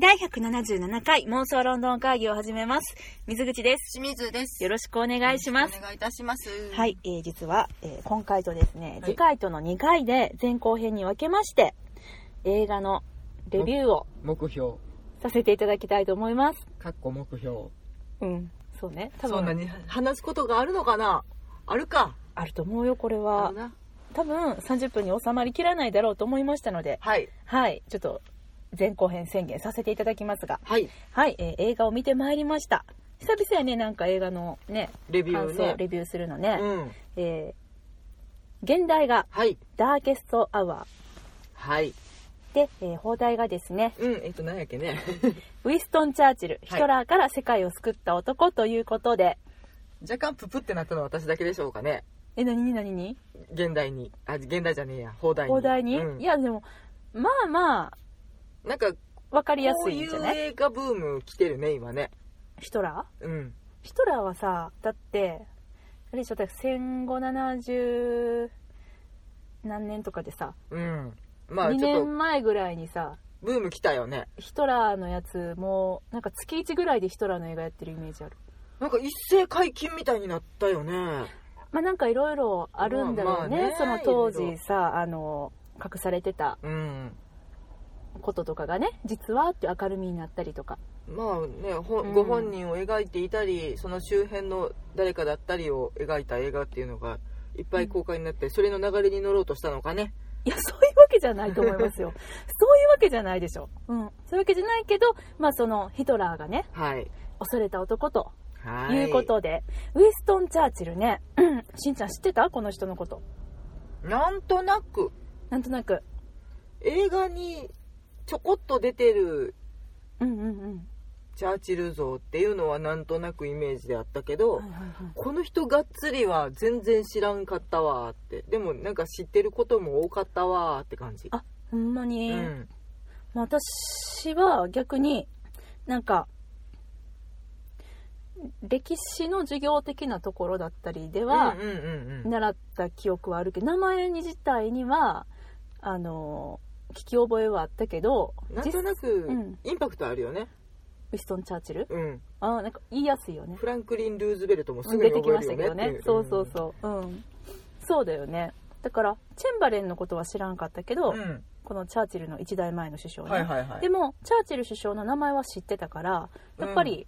第177回妄想ロンドン会議を始めます。水口です。清水です。よろしくお願いしますお。願いいたします。。はいい、えー実は、えー今回とですね、い次回との2回で前後編に分けまして、映画のレビューを目標。させていただきたいと思います。かっこ目標。うん。そうね。多そんな分、に話すことがあるのかなあるか。あると思うよ、これあはる。な。多分、30分に収まりきらないだろうと思いましたので、はい。はい、ちょっと、前後編宣言させていただきますが、はい。はい、えー映画を見てまいりました。久々やね、なんか映画のね、レビュ感ー想、ね。レビューするのね。うん。えー現代がはい。ダーケストアワはい。ーで、えー放題がですね、うん。えっと、なんやっけね。ウィンストン・チャーチル、ヒトラーから世界を救った男ということで、 若干ププってなったのは私だけでしょうかね。え、なにになにに現代に。あ、現代じゃねえや。放題に。放題に、うんいや、でも、まあまなんか、こあ、わかうりやすいいんじゃうない映画ブーム来てるね、今ね。ヒトラーうん。ヒトラーはさ、だって、あれでしょ、だって戦後70何年とかでさ、うん。まあ、 2ちょっと、年前ぐらいにさ、ブーム来たよね。ヒトラーのやつも、なんか月1ぐらいでヒトラーの映画やってるイメージある。なんか一斉解禁みたいになったよね。まあなんかいろいろあるんだろうね,、まあまあねその当いろい時ろさあの隠されてたうん。こととかがね実はって明るみになったりとかまあね、ほうんご本人を描いていたりその周辺の誰かだったりを描いた映画っていうのがいっぱい公開になって、それの流れに乗ろうとしたのかねいやそういうわけじゃないと思います よそういうわけじゃないでしょ、うん、そういうわけじゃないけど、まあ、そのヒトラーがねはい恐れた男とはいいうことで、ウィンストン・チャーチルねしんちゃん知ってたこの人のことなんとなくなんとなく映画にちょこっと出てるうんうんうんチャーチル像っていうのはなんとなくイメージであったけど、はいはいはいこの人がっつりは全然知らんかったわーってでもなんか知ってることも多かったわーって感じあほんまうに、んまあ私は逆になんか歴史の授業的なところだったりではうんうんうんうん習った記憶はあるけど名前に自体にはあの聞き覚えはあったけどなんと実なうくんインパクトあるよねウィストン・チャーチルうんあーなんか言いやすいよねフランクリン・ルーズベルトもすぐ出にてき覚えましるたよけねどっていねそうそうそううんそうだよねだからチェンバレンのことは知らんかったけど、うん、このチャーチルの一代前の首相ね、はいはいはいでもチャーチル首相の名前は知ってたからやっぱり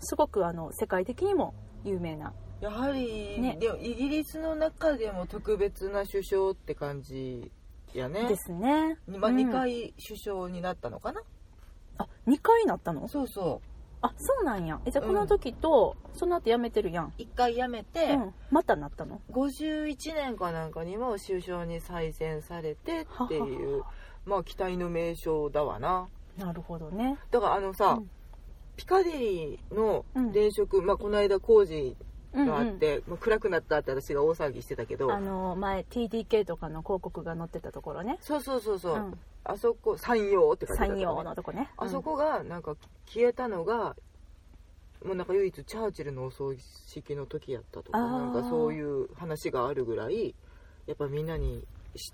すごくあの世界的にも有名なやはり、ねでもイギリスの中でも特別な首相って感じやねですね、まあ、うん2回首相になったのかな、あ2回なったのそうそあそうなんやえじゃあこの時と、その後辞めてるやん、う1回辞めて、うん、またなったの51年かなんかにも首相に再選されてっていはうははまあ期待の名称だわななるほどねだからあのさ、うんピカデリーの電飾、まあ、この間工事うん、があって、まあ、暗くなったって私が大騒ぎしてたけどあの前 TDK とかの広告が載ってたところねそうそうそうそう、ん、あそこ山陽って書いてあった山陽とこねのとこねあそこがなんか消えたのが、もうなんか唯一チャーチルのお葬式の時やったとかあーなんかそういう話があるぐらいやっぱみんなに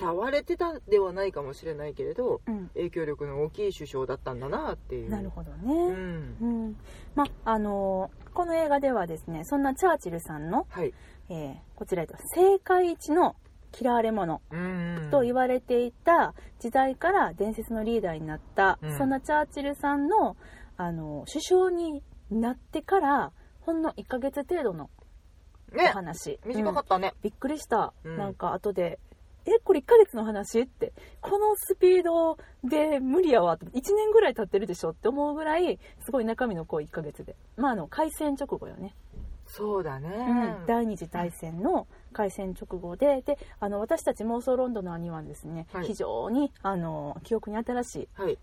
慕われてたではないかもしれないけれどうん、、影響力の大きい首相だったんだなっていううんなるほどね、うんうんまあのーこの映画ではですねそんなチャーチルさんの、はいえーこちらへと政界一の嫌われ者うんと言われていた時代から伝説のリーダーになった、うんそんなチャーチルさんのあのー首相になってからほんの1ヶ月程度のおね話、短かうんったね、びっくりした、うんなんか後で「えこれ1ヶ月の話?」ってこのスピードで無理やわって1年ぐらい経ってるでしょって思うぐらいすごい中身の濃い1ヶ月でまああの開戦直後よね、そうだね、うん第二次大戦の開戦直後でであの私たち妄想ロンドンの兄はですね、はい非常にあの記憶に新しいはい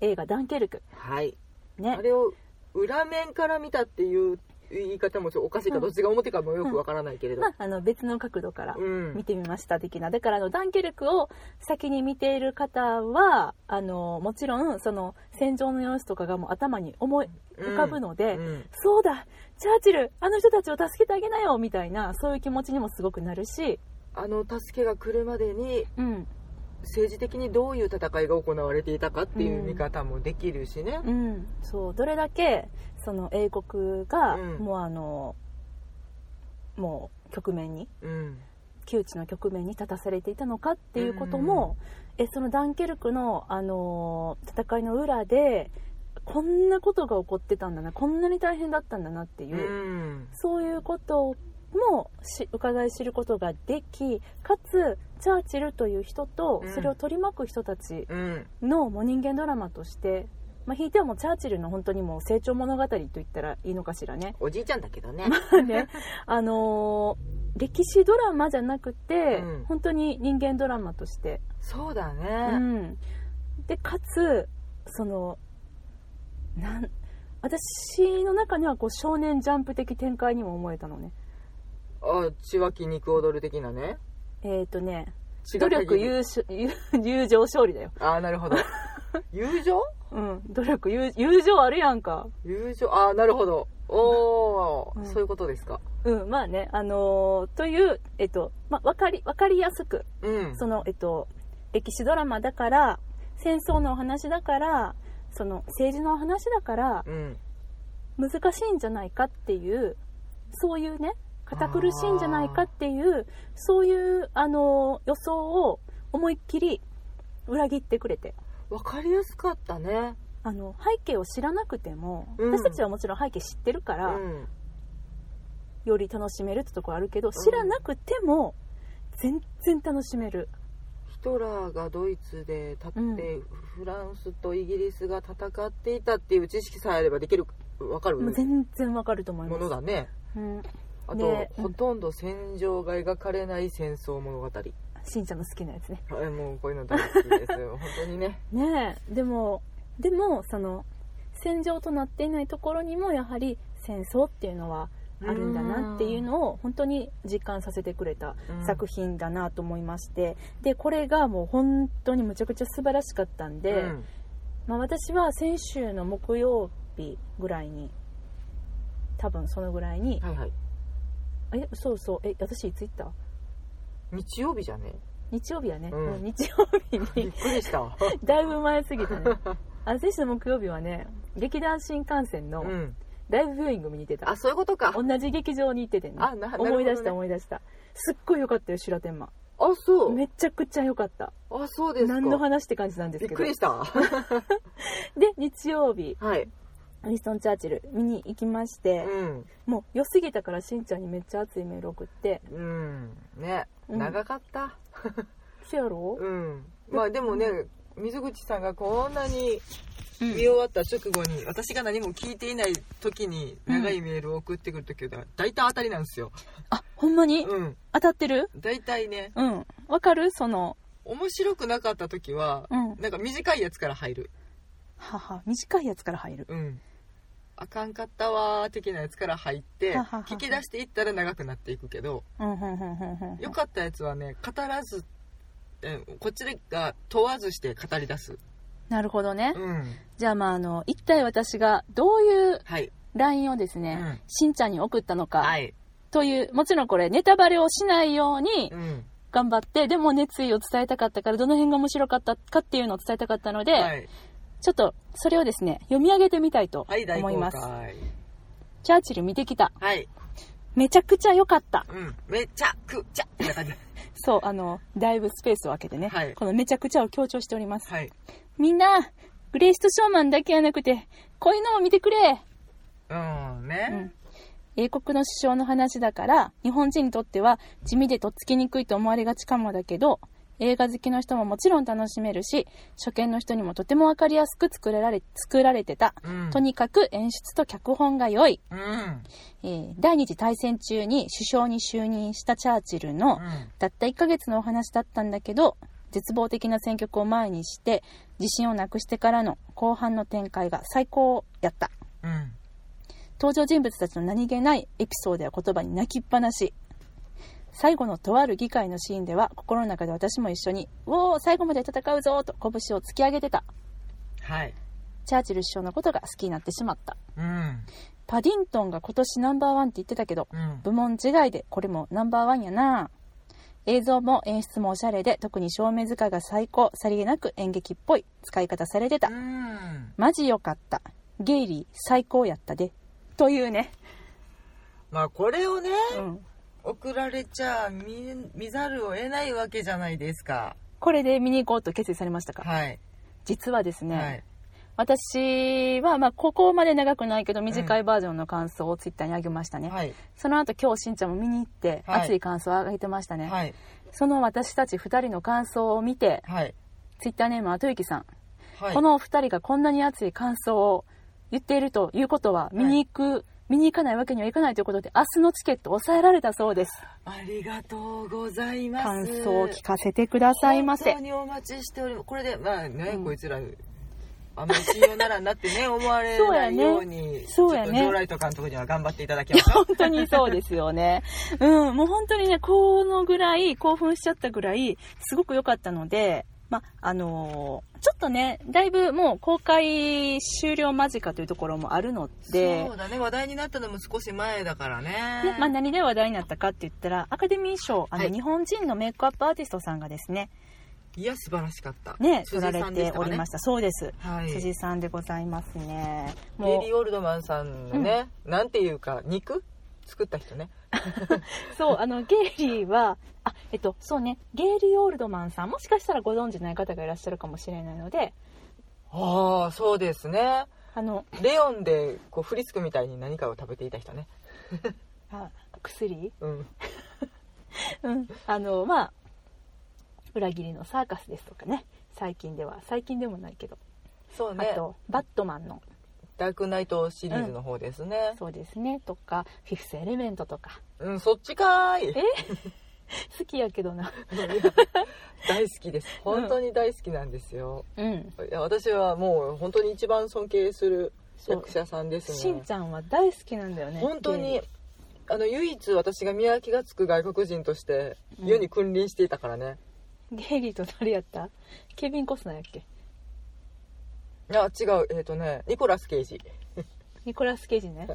映画「ダンケルクはい」 ねあれを裏面から見たっていう言い方もちょっとおかしいか、うんどっちが表かもよくわからないけれど、まあ、あの別の角度からうん見てみました的なだからあのダンケルクを先に見ている方はあのもちろんその戦場の様子とかがもう頭に思い浮かぶので、うんそうだチャーチルあの人たちを助けてあげなよみたいなそういう気持ちにもすごくなるし、あの助けが来るまでにうん、政治的にどういう戦いが行われていたかっていう見方もできるしね、うん、そうどれだけその英国が、うんもうあのもう局面にうん窮地の局面に立たされていたのかっていうことも、えそのダンケルクの、あのー戦いの裏でこんなことが起こってたんだなこんなに大変だったんだなっていうう、んそういうこともし伺い知ることができかつチャーチルという人とうんそれを取り巻く人たちうんのもう人間ドラマとして、まあ、引いてはもうチャーチルの本当にもう成長物語と言ったらいいのかしらね。おじいちゃんだけどね、ね、あのー歴史ドラマじゃなくて、うん本当に人間ドラマとして、そうだうね、ん、でかつそのなん私の中にはこう少年ジャンプ的展開にも思えたのねあ血は筋肉踊る的なねえっ、ー、とね血努が限力り優勝 友友情勝利だよ、ああな るほど友情うん、努力友友情あるやんか友情ああなるほどおお、うんそういうことですかうんまあねあのーというえっ、と、まあ、わかりわかりやすくうんそのえっと歴史ドラマだから戦争のお話だからその政治のお話だからうん難しいんじゃないかっていうそういうね堅苦しいんじゃないかっていうそういうあの予想を思いっきり裏切ってくれてわかりやすかったねあの背景を知らなくても、うん私たちはもちろん背景知ってるかうら、んより楽しめるってとこあるけど知らなくても全然楽しめる、ヒトラーがドイツで立って、うんフランスとイギリスが戦っていたっていう知識さえあればできるわかるもうも全然わかると思います。のだねうんあと、ねうんほとんど戦場が描かれない戦争物語しんちゃんの好きなやつねはいもうこういうの大好きです 本当にねねえでもでもその戦場となっていないところにもやはり戦争っていうのはあるんだなっていうのを本当に実感させてくれたうん作品だなと思いましてでこれがもう本当にむちゃくちゃ素晴らしかったんで、うんまあ、私は先週の木曜日ぐらいに多分そのぐらいにはいはいえそうそうえ私いつ行った日曜日じゃね日曜日やね、うんうん日曜日 び にっくりしただいぶ前すぎたね あ先週の木曜日はね劇団新幹線のうんライブビューイング見に行ってあたそういうことか同じ劇場に行っててねあななるほどね思い出した思い出したすっごい良かったよ修羅天満あそうめちゃくちゃ良かったあそうですか何の話って感じなんですびっけどくりでした は日曜日いウィンストン・チャーチル見に行きまして、うんもう良すぎたからしんちゃんにめっちゃ熱いメール送ってうんねうん長かった、せやろ、うん、まあでもね水口さんがこんなにう見終わった直後に、私が何も聞いていない時に長いメールを送ってくる時は大体当たりなんですよ、あほんまに、うん、当たってる大体ねうんわかるその面白くなかった時は、うんはなんか短いやつから入る、は短いやつから入るうん、あかんかったわー的なやつから入ってははは聞き出していったら長くなっていくけどうんうんうんうんうん良かったやつはね語らずえこっちが問わずして語り出す、なるほどね、うん、じゃあまああの一体私がどういうはい、 LINE をですね、うんしんちゃんに送ったのか、はい、という、もちろんこれネタバレをしないようにうん、頑張って、でも熱意を伝えたかったから、どの辺が面白かったかっていうのを伝えたかったので、はいちょっとそれをですね、読み上げてみたいとはい、大思い公ます。開。チャーチル見てきた。はい。めちゃくちゃ良かった。うん。めちゃくちゃみたいな感じ。そう、あの、だいぶスペースを空けてね、はいこのめちゃくちゃを強調しております。 はい。みんな、グレイストショーマンだけじゃなくて、こういうのも見てくれうん、うねん。英国の首相の話だから日本人にとっては地味でとっつきにくいと思われがちかもだけど映画好きの人ももちろん楽しめるし初見の人にもとても分かりやすく作られ作られてた、うんとにかく演出と脚本が良い、うん。うん。えー第二次大戦中に首相に就任したチャーチルのたった1ヶ月のお話だったんだけど絶望的な選曲を前にして自信をなくしてからの後半の展開が最高やったうん。登場人物たちの何気ないエピソードや言葉に泣きっぱなし最後のとある議会のシーンでは心の中で私も一緒に「うおー最後まで戦うぞ!」と拳を突き上げてたはい。チャーチル首相のことが好きになってしまったうん。パディントンが今年ナンバーワンって言ってたけどうん。部門違いでこれもナンバーワンやな映像も演出もおしゃれで特に照明使いが最高さりげなく演劇っぽい使い方されてたうんマジ良かったゲイリー最高やったでというね、まあこれをね、うん、送られちゃ見見ざるを得ないわけじゃないですかこれで見に行こうと決意されましたかはい、実はですね、はい私はまあここまで長くないけど短いバージョンの感想をツイッターにあげましたね、はいその後今日しんちゃんも見に行ってはい熱い感想をあげてましたね、はいその私たち2人の感想を見てはいツイッターネーム後ゆきさん、はいこのお二人がこんなに熱い感想を言っているということは見に行く、見に行かないわけにはいかないということで明日のチケット抑えられたそうですありがとうございます感想を聞かせてくださいませ本当にお待ちしておりますこれでまあね、うんこいつらあんまり信用ならんなってね思われそうなやいねよう にそうやねちょっと上来と監督には頑張っていただきましょう本当にそうですよね。 うん、もう本当にね、このぐらい、興奮しちゃったぐらい、すごく良かったので、ま、あのーちょっとね、だいぶもう公開終了間近というところもあるのでそ、うだね話題になったのも少し前だからねねまあ、何で話題になったかって言ったら、アカデミー賞、あの、はい日本人のメイクアップアーティストさんがですね、いや素晴らしかったね、辻取られさんでてしたおかねりました。そうです。はい辻さんでございますね。レもイリー・オールドマンさんのね、なんていうか肉作った人ねう、そう、あの、ゲイリーは、あ、えっと、そうね、ゲイリー・オールドマンさん、もしかしたらご存知ない方がいらっしゃるかもしれないので、ああそうですねあの、レオンでこうフリスクみたいに何かを食べていた人ねあ薬うんうん。あの、まあ、裏切りのサーカスですとかね。最近では。最近でもないけど。そうあねと、バットマンの、ダークナイトシリーズの方ですねそうですね、とか、フィフスエレメントとか。うん、そっちかーいえ好きやけどな。 大好きです本当に大好きなんですよ、うん。いや私はもう本当に一番尊敬するそう役。者さんですねしんちゃんは大好きなんだよね。本当ゲイにリー。あの唯一私が見分けがつく外国人としてうん世に君臨していたからね、ゲイリーと誰やったケビン・コスナーやっけいや違うえっ、とねニコラス・ケイジニコラス・ケイジね。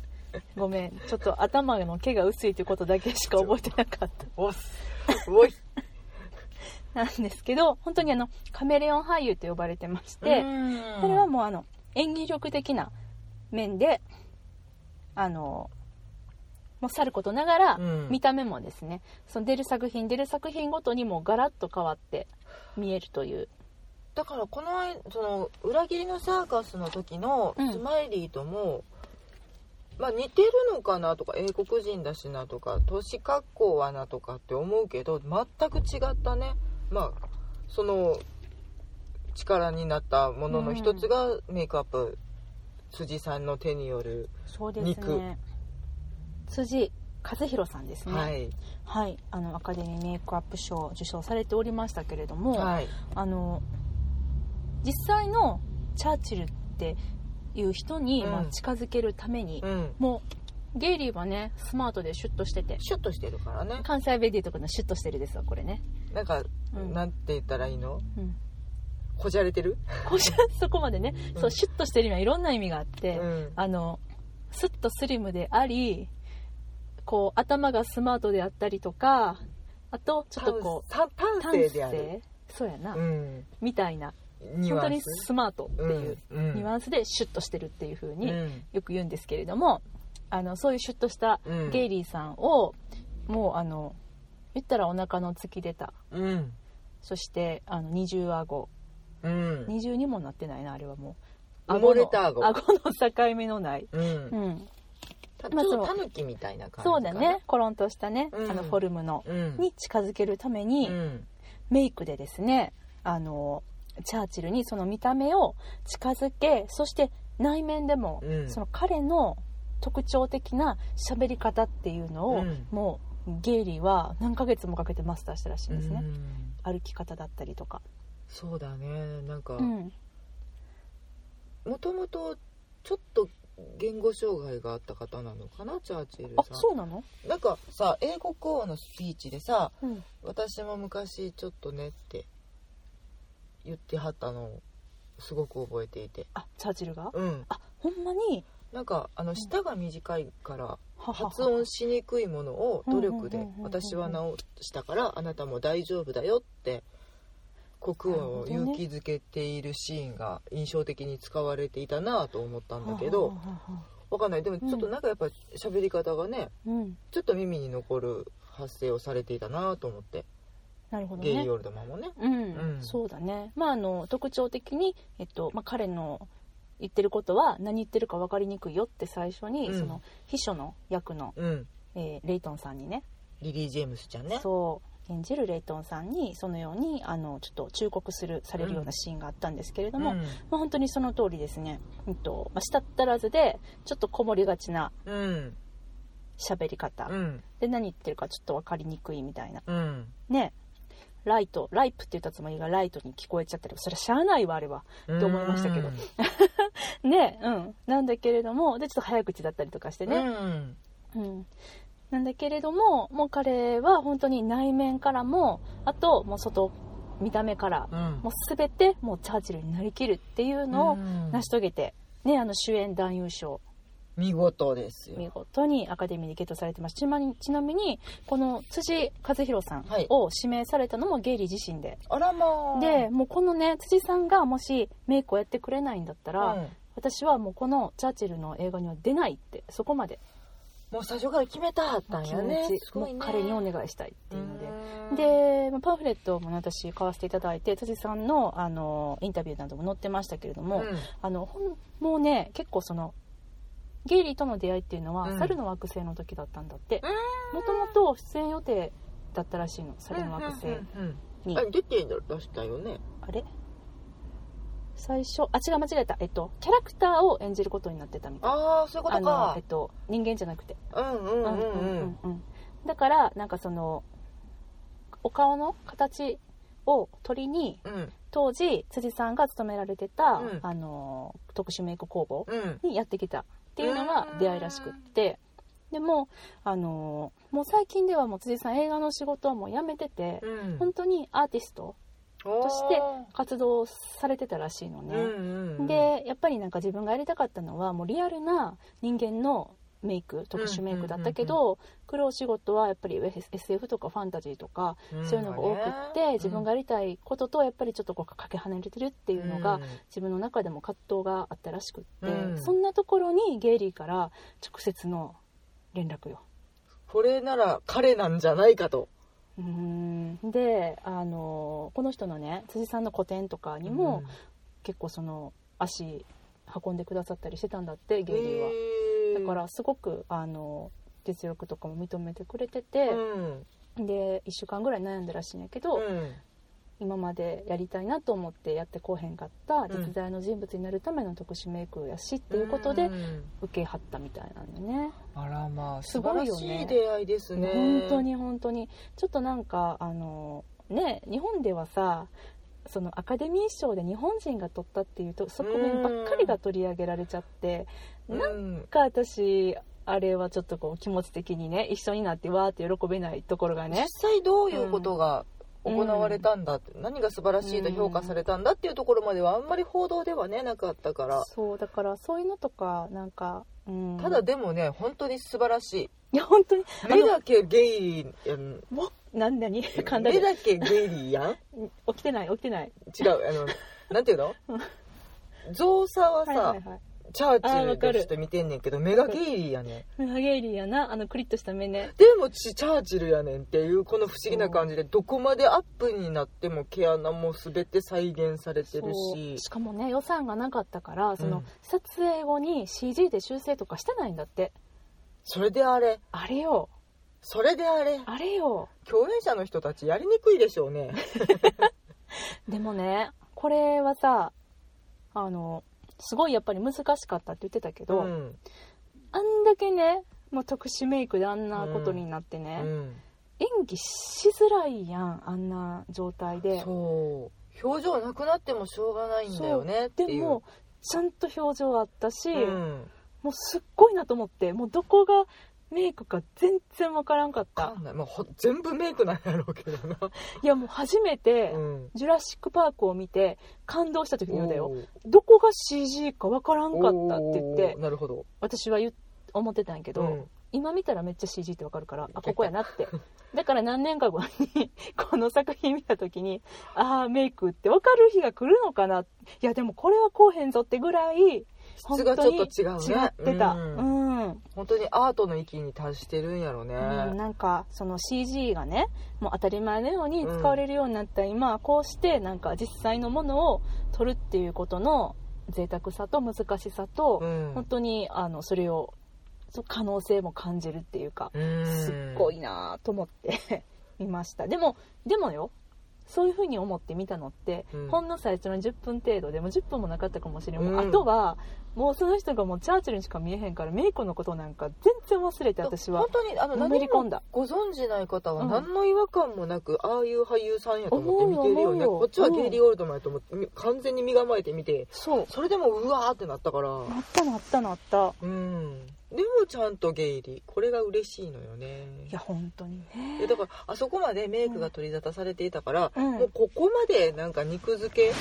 ごめん。ちょっと頭の毛が薄いということだけしか覚えてなかった。おっすおいなんですけど、本当にあの、カメレオン俳優と呼ばれてまして、そこれはもうあの演技力的な面であのもうさることながら、うん見た目もですねその出る作品出る作品ごとにもうガラッと変わって見えるというだからこの間その裏切りのサーカスの時のうんスマイリーとも、まあ似てるのかなとか英国人だしなとか年格好はなとかって思うけど全く違ったねまあその力になったものの一つがメイクアップ、辻さんの手による、そうです肉ね辻和弘さんですね、ははいい、あのアカデミーメイクアップ賞を受賞されておりましたけれども、はい、あの実際のチャーチルっていう人に、うんまあ近づけるために、うん、もうゲイリーはねスマートでシュッとしててシュッとしてるからね関西弁でいうとこのシュッとしてるですわこれね、なんか、うんなんて言ったらいいの うん、こじゃれてる、こしそこまでね、うんそうシュッとしてるにはいろんな意味があっうて、ん、あのスッとスリムでありこう頭がスマートであったりとかあとちょっとこう端端性であるそうやな、うんみたいなニュ本ア当ンにススマートっていううんうんニュアンスでシュッとしてるっていう風にうんよく言うんですけれども、あのそういうシュッとしたうんゲイリーさんを、もうあの言ったらお腹の突き出たうんそしてあの二重顎うん二重にもなってないなあれはもう埋もれた顎の顎の境目のない、ううんん、たちまあょっとそタうヌキみたいな感じそうかだなねコロンとしたね、うんあのフォルムのうんに近づけるために、うんメイクでですねあのチャーチルにその見た目を近づけそして内面でも、うんその彼の特徴的な喋り方っていうのを、うんもうゲイリーは何ヶ月もかけてマスターしたらしいんですねう、ん歩き方だったりとか、そうだねなんかうん、もともとちょっと言語障害があった方なのかなチャーチルあさそうなの、んなんかさ英国王のスピーチでさうん、私も昔ちょっとねって言ってはったのをすごく覚えていてあチャーチルがうんあほんまになんかあの舌が短いからはは発音しにくいものを努力でうんうんうんうんうん私は直したからあなたも大丈夫だよって国王を勇気づけているシーンが印象的に使われていたなと思ったんだけどははははわかんないでもちょっとなんかやっぱ喋り方がねうんちょっと耳に残る発声をされていたなと思ってなるほどゲイリねオルドマンもね。うん、うんそうだねまああの特徴的に、えっとまあ、彼の言ってることは何言ってるか分かりにくいよって最初に、うんその秘書の役の、うんえーレイトンさんにねリリー・ジェームスちゃんね。そう演じるレイトンさんにそのようにあのちょっと忠告するされるようなシーンがあったんですけれども、うんまあ、本当にその通りですね、うんとまあ、舌足らずでちょっとこもりがちなうん喋り方、うんで何言ってるかちょっと分かりにくいみたいなうんねライトライプって言ったつもりがライトに聞こえちゃったりそれはしゃあないわあれはって思いましたけどねうんなんだけれどもでちょっと早口だったりとかしてね、ね、うんうん、なんだけれどももう彼は本当に内面からもあともう外見た目からうんもう全てもうチャーチルになりきるっていうのをうん成し遂げて、ね、あの主演男優賞見事ですよ見事にアカデミーでゲットされてますちなみにちなみにこの辻和弘さんはいを指名されたのもゲイリー自身で、あらまあでもうこのね辻さんがもしメイクをやってくれないんだったら、うん私はもうこのチャーチルの映画には出ないってそこまでもう最初から決めたったん気や持ねちすもごいうね彼にお願いしたいっていうので。うんでまあパンフレットもね私買わせていただいて辻さんのあのインタビューなども載ってましたけれども、うんあのほんもうね結構そのゲイリーとの出会いっていうのは、うん猿の惑星の時だったんだってもともと出演予定だったらしいの猿の惑星うんうんに、うんあ出てらしたよねあれ最初あ違う間違えたえっとキャラクターを演じることになってたみたいああそういうことあのえかっと人間じゃなくてうんうんうううんんんううんんうんだからなんかそのお顔の形を鳥にうん当時辻さんが勤められてた、うんあの特殊メイク工房うんにやってきたっていうのが出会いらしくってでもあのもう最近ではもう辻さん映画の仕事はもうやめててうん本当にアーティストとして活動されてたらしいのうんね、うんうんでやっぱりなんか自分がやりたかったのはもうリアルな人間のメイク特殊メイクだったけど、苦労仕事はやっぱり SF とかファンタジーとかそういうのが多くって、うん自分がやりたいこととやっぱりちょっとこうかけ離れてるっていうのが、うん自分の中でも葛藤があったらしくって、うんそんなところにゲイリーから直接の連絡よ。これなら彼なんじゃないかとうーんであのこの人のね辻さんの個展とかにも、結構その足運んでくださったりしてたんだってうゲんイリーは。へだーからすごくあの実力とかも認めてくれててう、んで1週間ぐらい悩んだらしいんやけど、うん今までやりたいなと思ってやってこうへんかった実在の人物になるための特殊メイクやしっていうことでん受けはったみたいなんだね。あらまあす素ご晴いらよしねい出会いですね本当に本当にちょっとなんかあのね日本ではさそのアカデミー賞で日本人が取ったっていうと側面ばっかりが取り上げられちゃってうんなんか私あれはちょっとこう気持ち的にね一緒になってわーって喜べないところがね実際どういうことが行われたんだって、何が素晴らしいと評価されたんだっていうところまではあんまり報道ではねなかったから、そうだからそういうのとかなんか、うん、ただでもね本当に素晴らしいや本当にい目だけゲイやん何何噛んだけ目どだけゲイやん起きてない起きてない違うあ のなんていうのゾウサはさ、はいはいはいチャーチあわルかでるちょっと見てんねんけど目がゲイやねんムハゲイリーやなあのクリッとした目ねでもちチャーチルやねんっていうこの不思議な感じでどこまでアップになっても毛穴も全て再現されてるそうししかもね予算がなかったからそうのん撮影後に CG で修正とかしてないんだってそれであれあれよそれであれあれよ共演者の人たちやりにくいでしょうねでもねこれはさあのすごいやっぱり難しかったって言ってたけど、んあんだけねもう特殊メイクであんなことになってね、うん、演技しづらいやんあんな状態でそう表情なくなってもしょうがないんだよねってでいうもちゃんと表情あったし、うん、もうすっごいなと思ってもうどこがメイクか全然わからんかっわたかんない、まあ、ほ全部メイクなんやろうけどな、 いやもう初めて、うん、ジュラシック・パークを見て感動した時のようだよおーどこが CG かわからんかったって言っおてーなるほど私は言っ思ってたんやけど、うん今見たらめっちゃ CG ってわかるからあここやな ってだから何年か後に この作品見た時にああメイクってわかる日が来るのかないやでもこれはこうへんぞってぐらい質がちょっと違うね違ってたうんうん、本当にアートの域に達してるんやろね、うん、なんかその CG がねもう当たり前のように使われるようになった今、こうしてなんか実際のものを撮るっていうことの贅沢さと難しさと、うん本当にあのそれをそう可能性も感じるっていうか、うんすっごいなぁと思って 見ましたでもでもよそういうふうに思って見たのって、うんほんの最初の10分程度でも10分もなかったかもしれん、もううんあとはもうその人がもうチャーチルにしか見えへんからメイコのことなんか全然忘れて私は本当にあののめり何込んもだご存じない方はうん何の違和感もなく、ああいう俳優さんやと思って見てるよ思うねよこっちはゲイリー・オールドマンやと思って、み完全に身構えて見てそうそれでもうわーってなったからなったなったなったうんでもちゃんとゲイリーこれが嬉しいのよねいや本当にねえだからあそこまでメイクが取り沙汰されていたから、うんもうここまでなんか肉付けう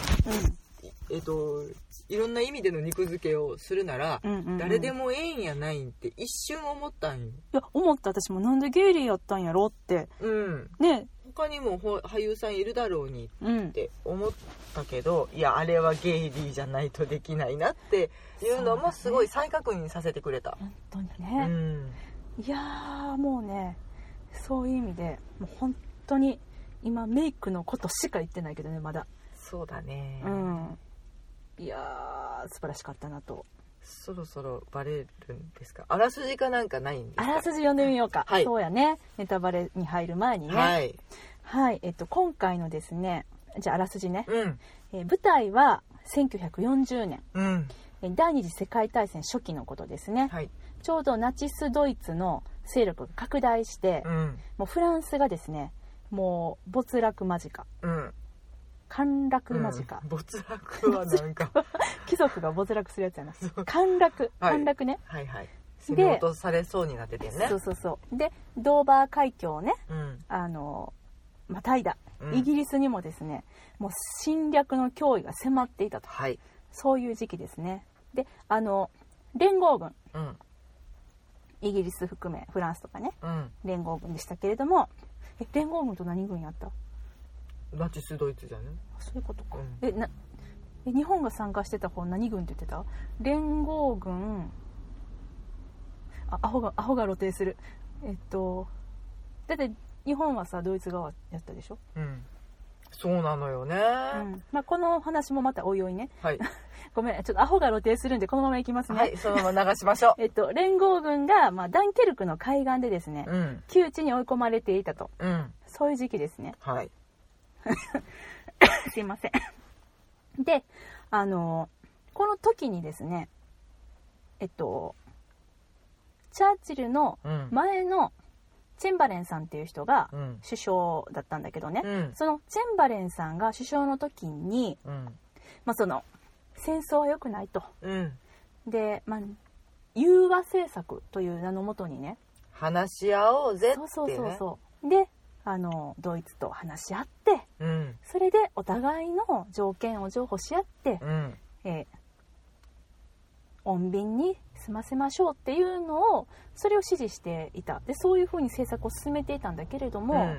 えっといろんな意味での肉付けをするなら、んうんうんうん誰でいもええんやないんって一瞬思ったんよや思った私もなんでゲイリーやったんやろってうんね他にもほ俳優さんいるだろうにうんって思ったけどいやあれはゲイリーじゃないとできないなっていうのもすごい再確認させてくれた、本当にうね、んいやーもうねそういう意味でもう本当に今メイクのことしか言ってないけどねまだそうだね、うんいやー素晴らしかったなとそろそろバレるんですかあらすじかなんかないんですかあらすじ読んでみようか、はいそうやねネタバレに入る前にねはい、はいえっと今回のですねじゃああらすじね、うんえー舞台は1940年うんえー第二次世界大戦初期のことですね、はいちょうどナチスドイツの勢力が拡大して、うんもうフランスがですねもう没落間近うん陥落間近、うん没落はな んか貴族が没落するやつや な陥落はい陥落ね、はいはいで攻め落とされそうになっててねそうそうそうでドーバー海峡をねうんあのまたいだ、うんイギリスにもですねもう侵略の脅威が迫っていたとはいそういう時期ですねであの連合軍うんイギリス含めフランスとかねうん連合軍でしたけれどもえ連合軍と何軍やったナチスドイツじゃねそういうことか、うえなえ日本が参加してた方何軍って言ってた連合軍あアホがアホが露呈するえっとだって日本はさドイツ側やったでしょ、うんそうなのよね、うんまあ、この話もまたおいおいね はいごめんちょっとアホが露呈するんでこのままいきますね、はい、そのまま流しましょえっと、連合軍が、まあ、ダンケルクの海岸でですねう。うん、窮地に追い込まれていたとうん、そういう時期ですねはい。すいませんであのこの時にですねえっとチャーチルのうん、前のチェンバレンさんっていう人がうん、首相だったんだけどね、うん、そのチェンバレンさんが首相の時に、うん、まあ、その戦争は良くないとうん、で、まあ、融和政策という名のもとにね話し合おうぜってそね。うそうそうそうであのドイツと話し合ってうん、それでお互いの条件を譲歩し合って、うん、えー、穏便に済ませましょうっていうのをそれを支持していたでそういうふうに政策を進めていたんだけれども、うん、も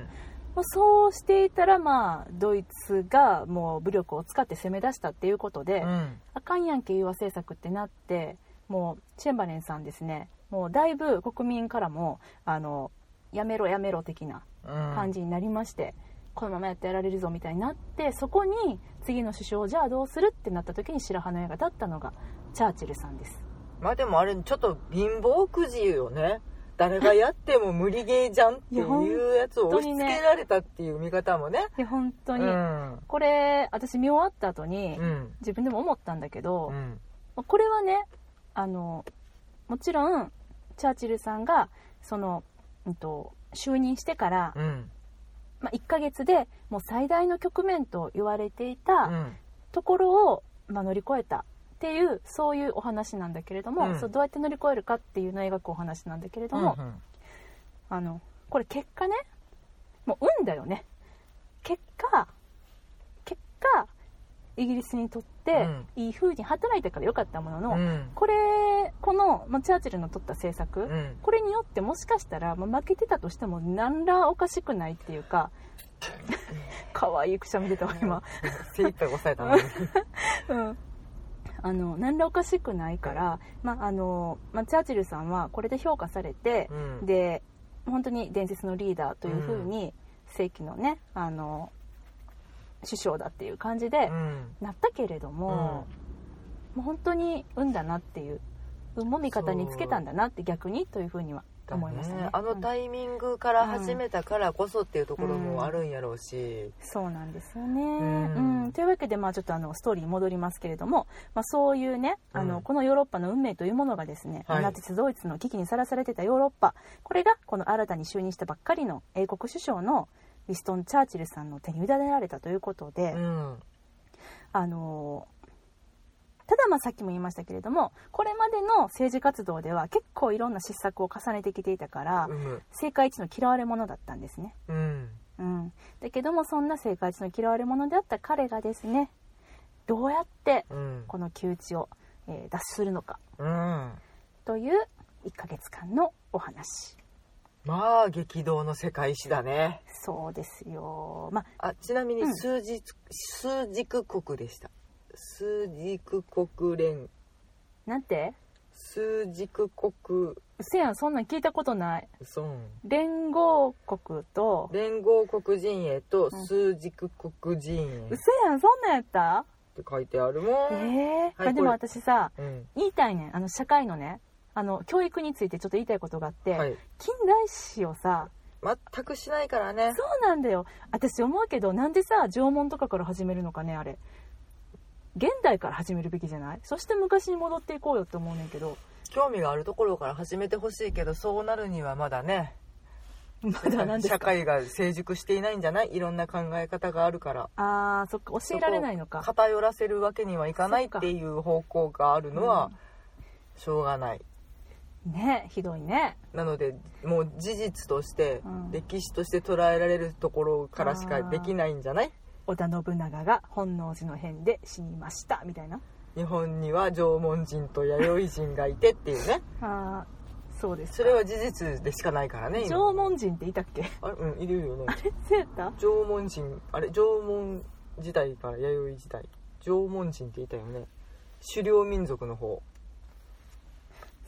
うそうしていたら、まあ、ドイツがもう武力を使って攻め出したっていうことで、うん、あかんやんけ融和政策ってなってもうチェンバレンさんですねもうだいぶ国民からもあのやめろやめろ的なうん、感じになりまして、このままやってやられるぞみたいになってそこに次の首相じゃあどうするってなった時に白羽の矢が立ったのがチャーチルさんですまあでもあれ、ちょっと貧乏くじよね。誰がやっても無理ゲーじゃんっていや本当いうやつを押し付けられたっていう見方もね。いや本当うに、ん、これ私見終わった後に、うん、自分でも思ったんだけどう、ん、まあこれはねあのもちろんチャーチルさんがその、うん、と就任してから、うん、まあ、1ヶ月でもう最大の局面と言われていうたん、ところを、まあ、乗り越えたっていうそういうお話なんだけれども、うんそうどうやって乗り越えるかっていうのを描くお話なんだけれども、うん、あのこれ結果ねもう運だよね結果結果イギリスにとっうてんいい風に働いたから良かったものの、うんこれこの、まあ、チャーチルの取った政策、うんこれによってもしかしたら、まあ、負けてたとしても何らおかしくないっていうか 可愛いくしゃみ出たわ今、精一杯抑えたのにうん、あの何らおかしくないから、まああのまあ、チャーチルさんはこれで評価されてう、んで本当に伝説のリーダーというふうに世紀のねあの首相だっていう感じでうんなったけれども、もう本当に運だなっていう運も味方につけたんだなって逆にというふうには思いましたね。あのうんタイミングから始めたからこそっていうところもあるんやろうし、そうなんですよね、ううんんというわけで、まあ、ちょっとあのストーリーに戻りますけれども、まあ、そういうねあの、うんこのヨーロッパの運命というものがですね、はいナチス・ドイツの危機にさらされてたヨーロッパこれがこの新たに就任したばっかりの英国首相のウィストン・チャーチルさんの手に委ねられたということで、うんあのただまあさっきも言いましたけれどもこれまでの政治活動では結構いろんな失策を重ねてきていたから、うむ政界一の嫌われ者だったんですね。うんうん、だけどもそんな生活の嫌われ者であった彼がですねどうやってうんこの窮地を、えー脱出するのかうんという1ヶ月間のお話まあ激動の世界史だねそうですよまああちなみうにん数日、数軸国でした数軸国連なんて数軸国うせやんそんなん聞いたことない孫連合国と連合国陣営うとん数軸国陣営っうせやんそんなんやったて書いてあるもえん、えはいでも私さうん言いたいねんあの社会のねあの教育についてちょっと言いたいことがあって、はい近代史をさ全くしないからねそうなんだよ私思うけどなんでさ縄文とかから始めるのかねあれ現代から始めるべきじゃないそして昔に戻っていこうよって思うねんけど興味があるところから始めてほしいけどそうなるにはまだねまだなん です社か会が成熟していないんじゃないいろんな考え方があるからあーそっか教えられないのか偏らせるわけにはいかないっていう方向があるのはしょうがない、ねひどいねなのでもう事実として、うん歴史として捉えられるところからしかできないんじゃない織田信長が本能寺の変で死にましたみたいな日本には縄文人と弥生人がいてっていうねあーそうですかそれは事実でしかないからね今縄文人っていたっけ あれうんいるよねそうやった縄文人あれ縄文時代から弥生時代縄文人っていたよね狩猟民族の方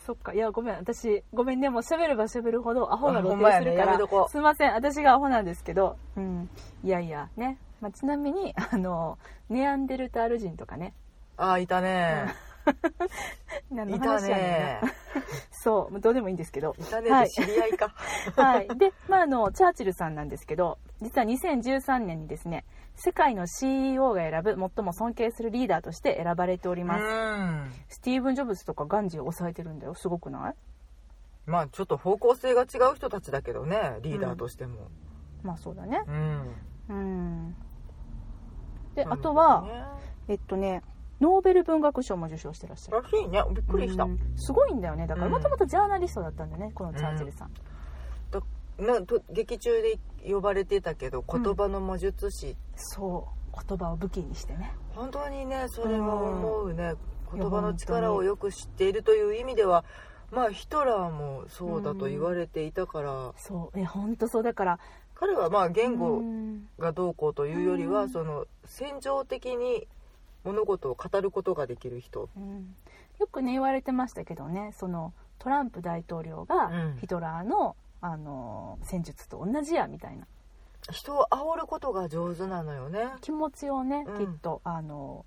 そっかいやごめん私ごめんねもう喋れば喋るほどアホがあほ露んま呈やすねるかやら、めとこうすいません私がアホなんですけど、うん、いやいやね、まあ、ちなみに あのネアンデルタール人とかねああいたね何のいた話やねんなねそうもうどうでもいいんですけどい たねって知り合いか、はいでまああのチャーチルさんなんですけど実は2013年にですね世界の CEO が選ぶ最も尊敬するリーダーとして選ばれております、うんスティーブン・ジョブズとかガンジーを抑えてるんだよすごくないまあちょっと方向性が違う人たちだけどねリーダーとしてもまあそうだねうん、うんでそうあなんだとは、ねえっとねノーベル文学賞も受賞してらっしゃるらしいねびっくりした、うんすごいんだよねだからうんもともとジャーナリストだったんだよねこのチャーチルさん、なんと劇中で呼ばれてたけど言葉の魔術師、そう言葉を武器にしてね本当にねそれは思うね、うん言葉の力をよく知っているという意味ではまあヒトラーもそうだと言われていたから、そうえ本当そうだから彼はまあ言う語んがどうこうというよりうはんその戦場的に物事を語ることができる人うんよくね言われてましたけどねそのトランプ大統領うがんヒトラーの、あの戦術と同じやみたいな人を煽ることが上手なのよね気持ちをね、うんきっとあの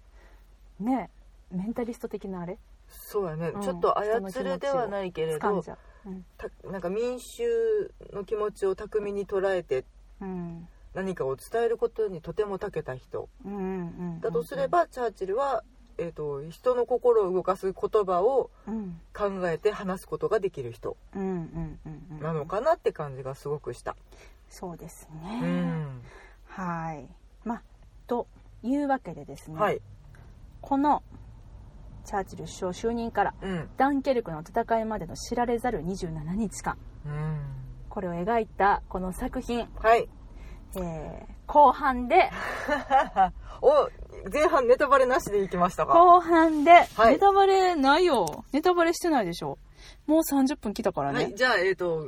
ねメンタリスト的なあれそうやね、うんちょっと操るではないけれ掴んどじゃう、うんたなんか民衆の気持ちを巧みに捉えてうん何かを伝えることにとても長けた人うんうんうんうんだとすれば、チャーチルは、えー、と人の心を動かす言葉をうん考えて話すことができる人うんうんうんうんなのかなって感じがすごくした。そうですうね、ん、はいまあというわけでですね、はい、このチャーチル首相就任からうんダンケルクの戦いまでの知られざる27日間うん、これを描いたこの作品、はいえー後半でお前半ネタバレなしでいきましたが後半で、はいネタバレないよネタバレしてないでしょもう30分来たからはね、いじゃあえっ、と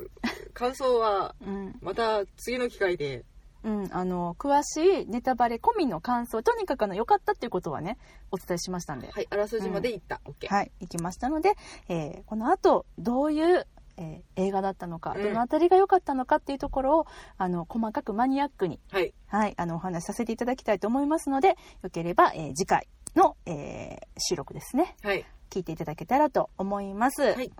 感想はうん、また次の機会でうん、あの詳しいネタバレ込みの感想とにかくあの良かったっていうことはねお伝えしましたんではいあらすじまでいった、オッケーはい、行きましたので、えーこの後どういう、えー映画だったのか、うんどのあたりが良かったのかっていうところをあの細かくマニアックに、はいはい、あのお話しさせていただきたいと思いますのでよければ、えー次回の、えー収録ですねはい、聞いていただけたらと思います。はい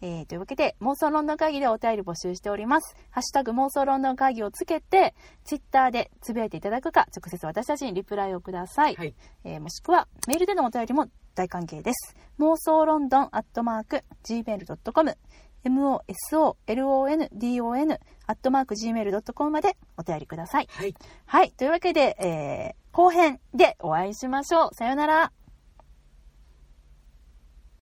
えーというわけで、妄想論の会議でお便り募集しております。ハッシュタグ妄想論の会議をつけて、ツイッターでつぶやいていただくか、直接私たちにリプライをください。はいえーもしくは、メールでのお便りも大歓迎です。妄想ロンドンアットマーク gmail.com mosolondon アットマーク gmail.com までお便りください。はいはい。というわけで、えー後編でお会いしましょう。さようなら。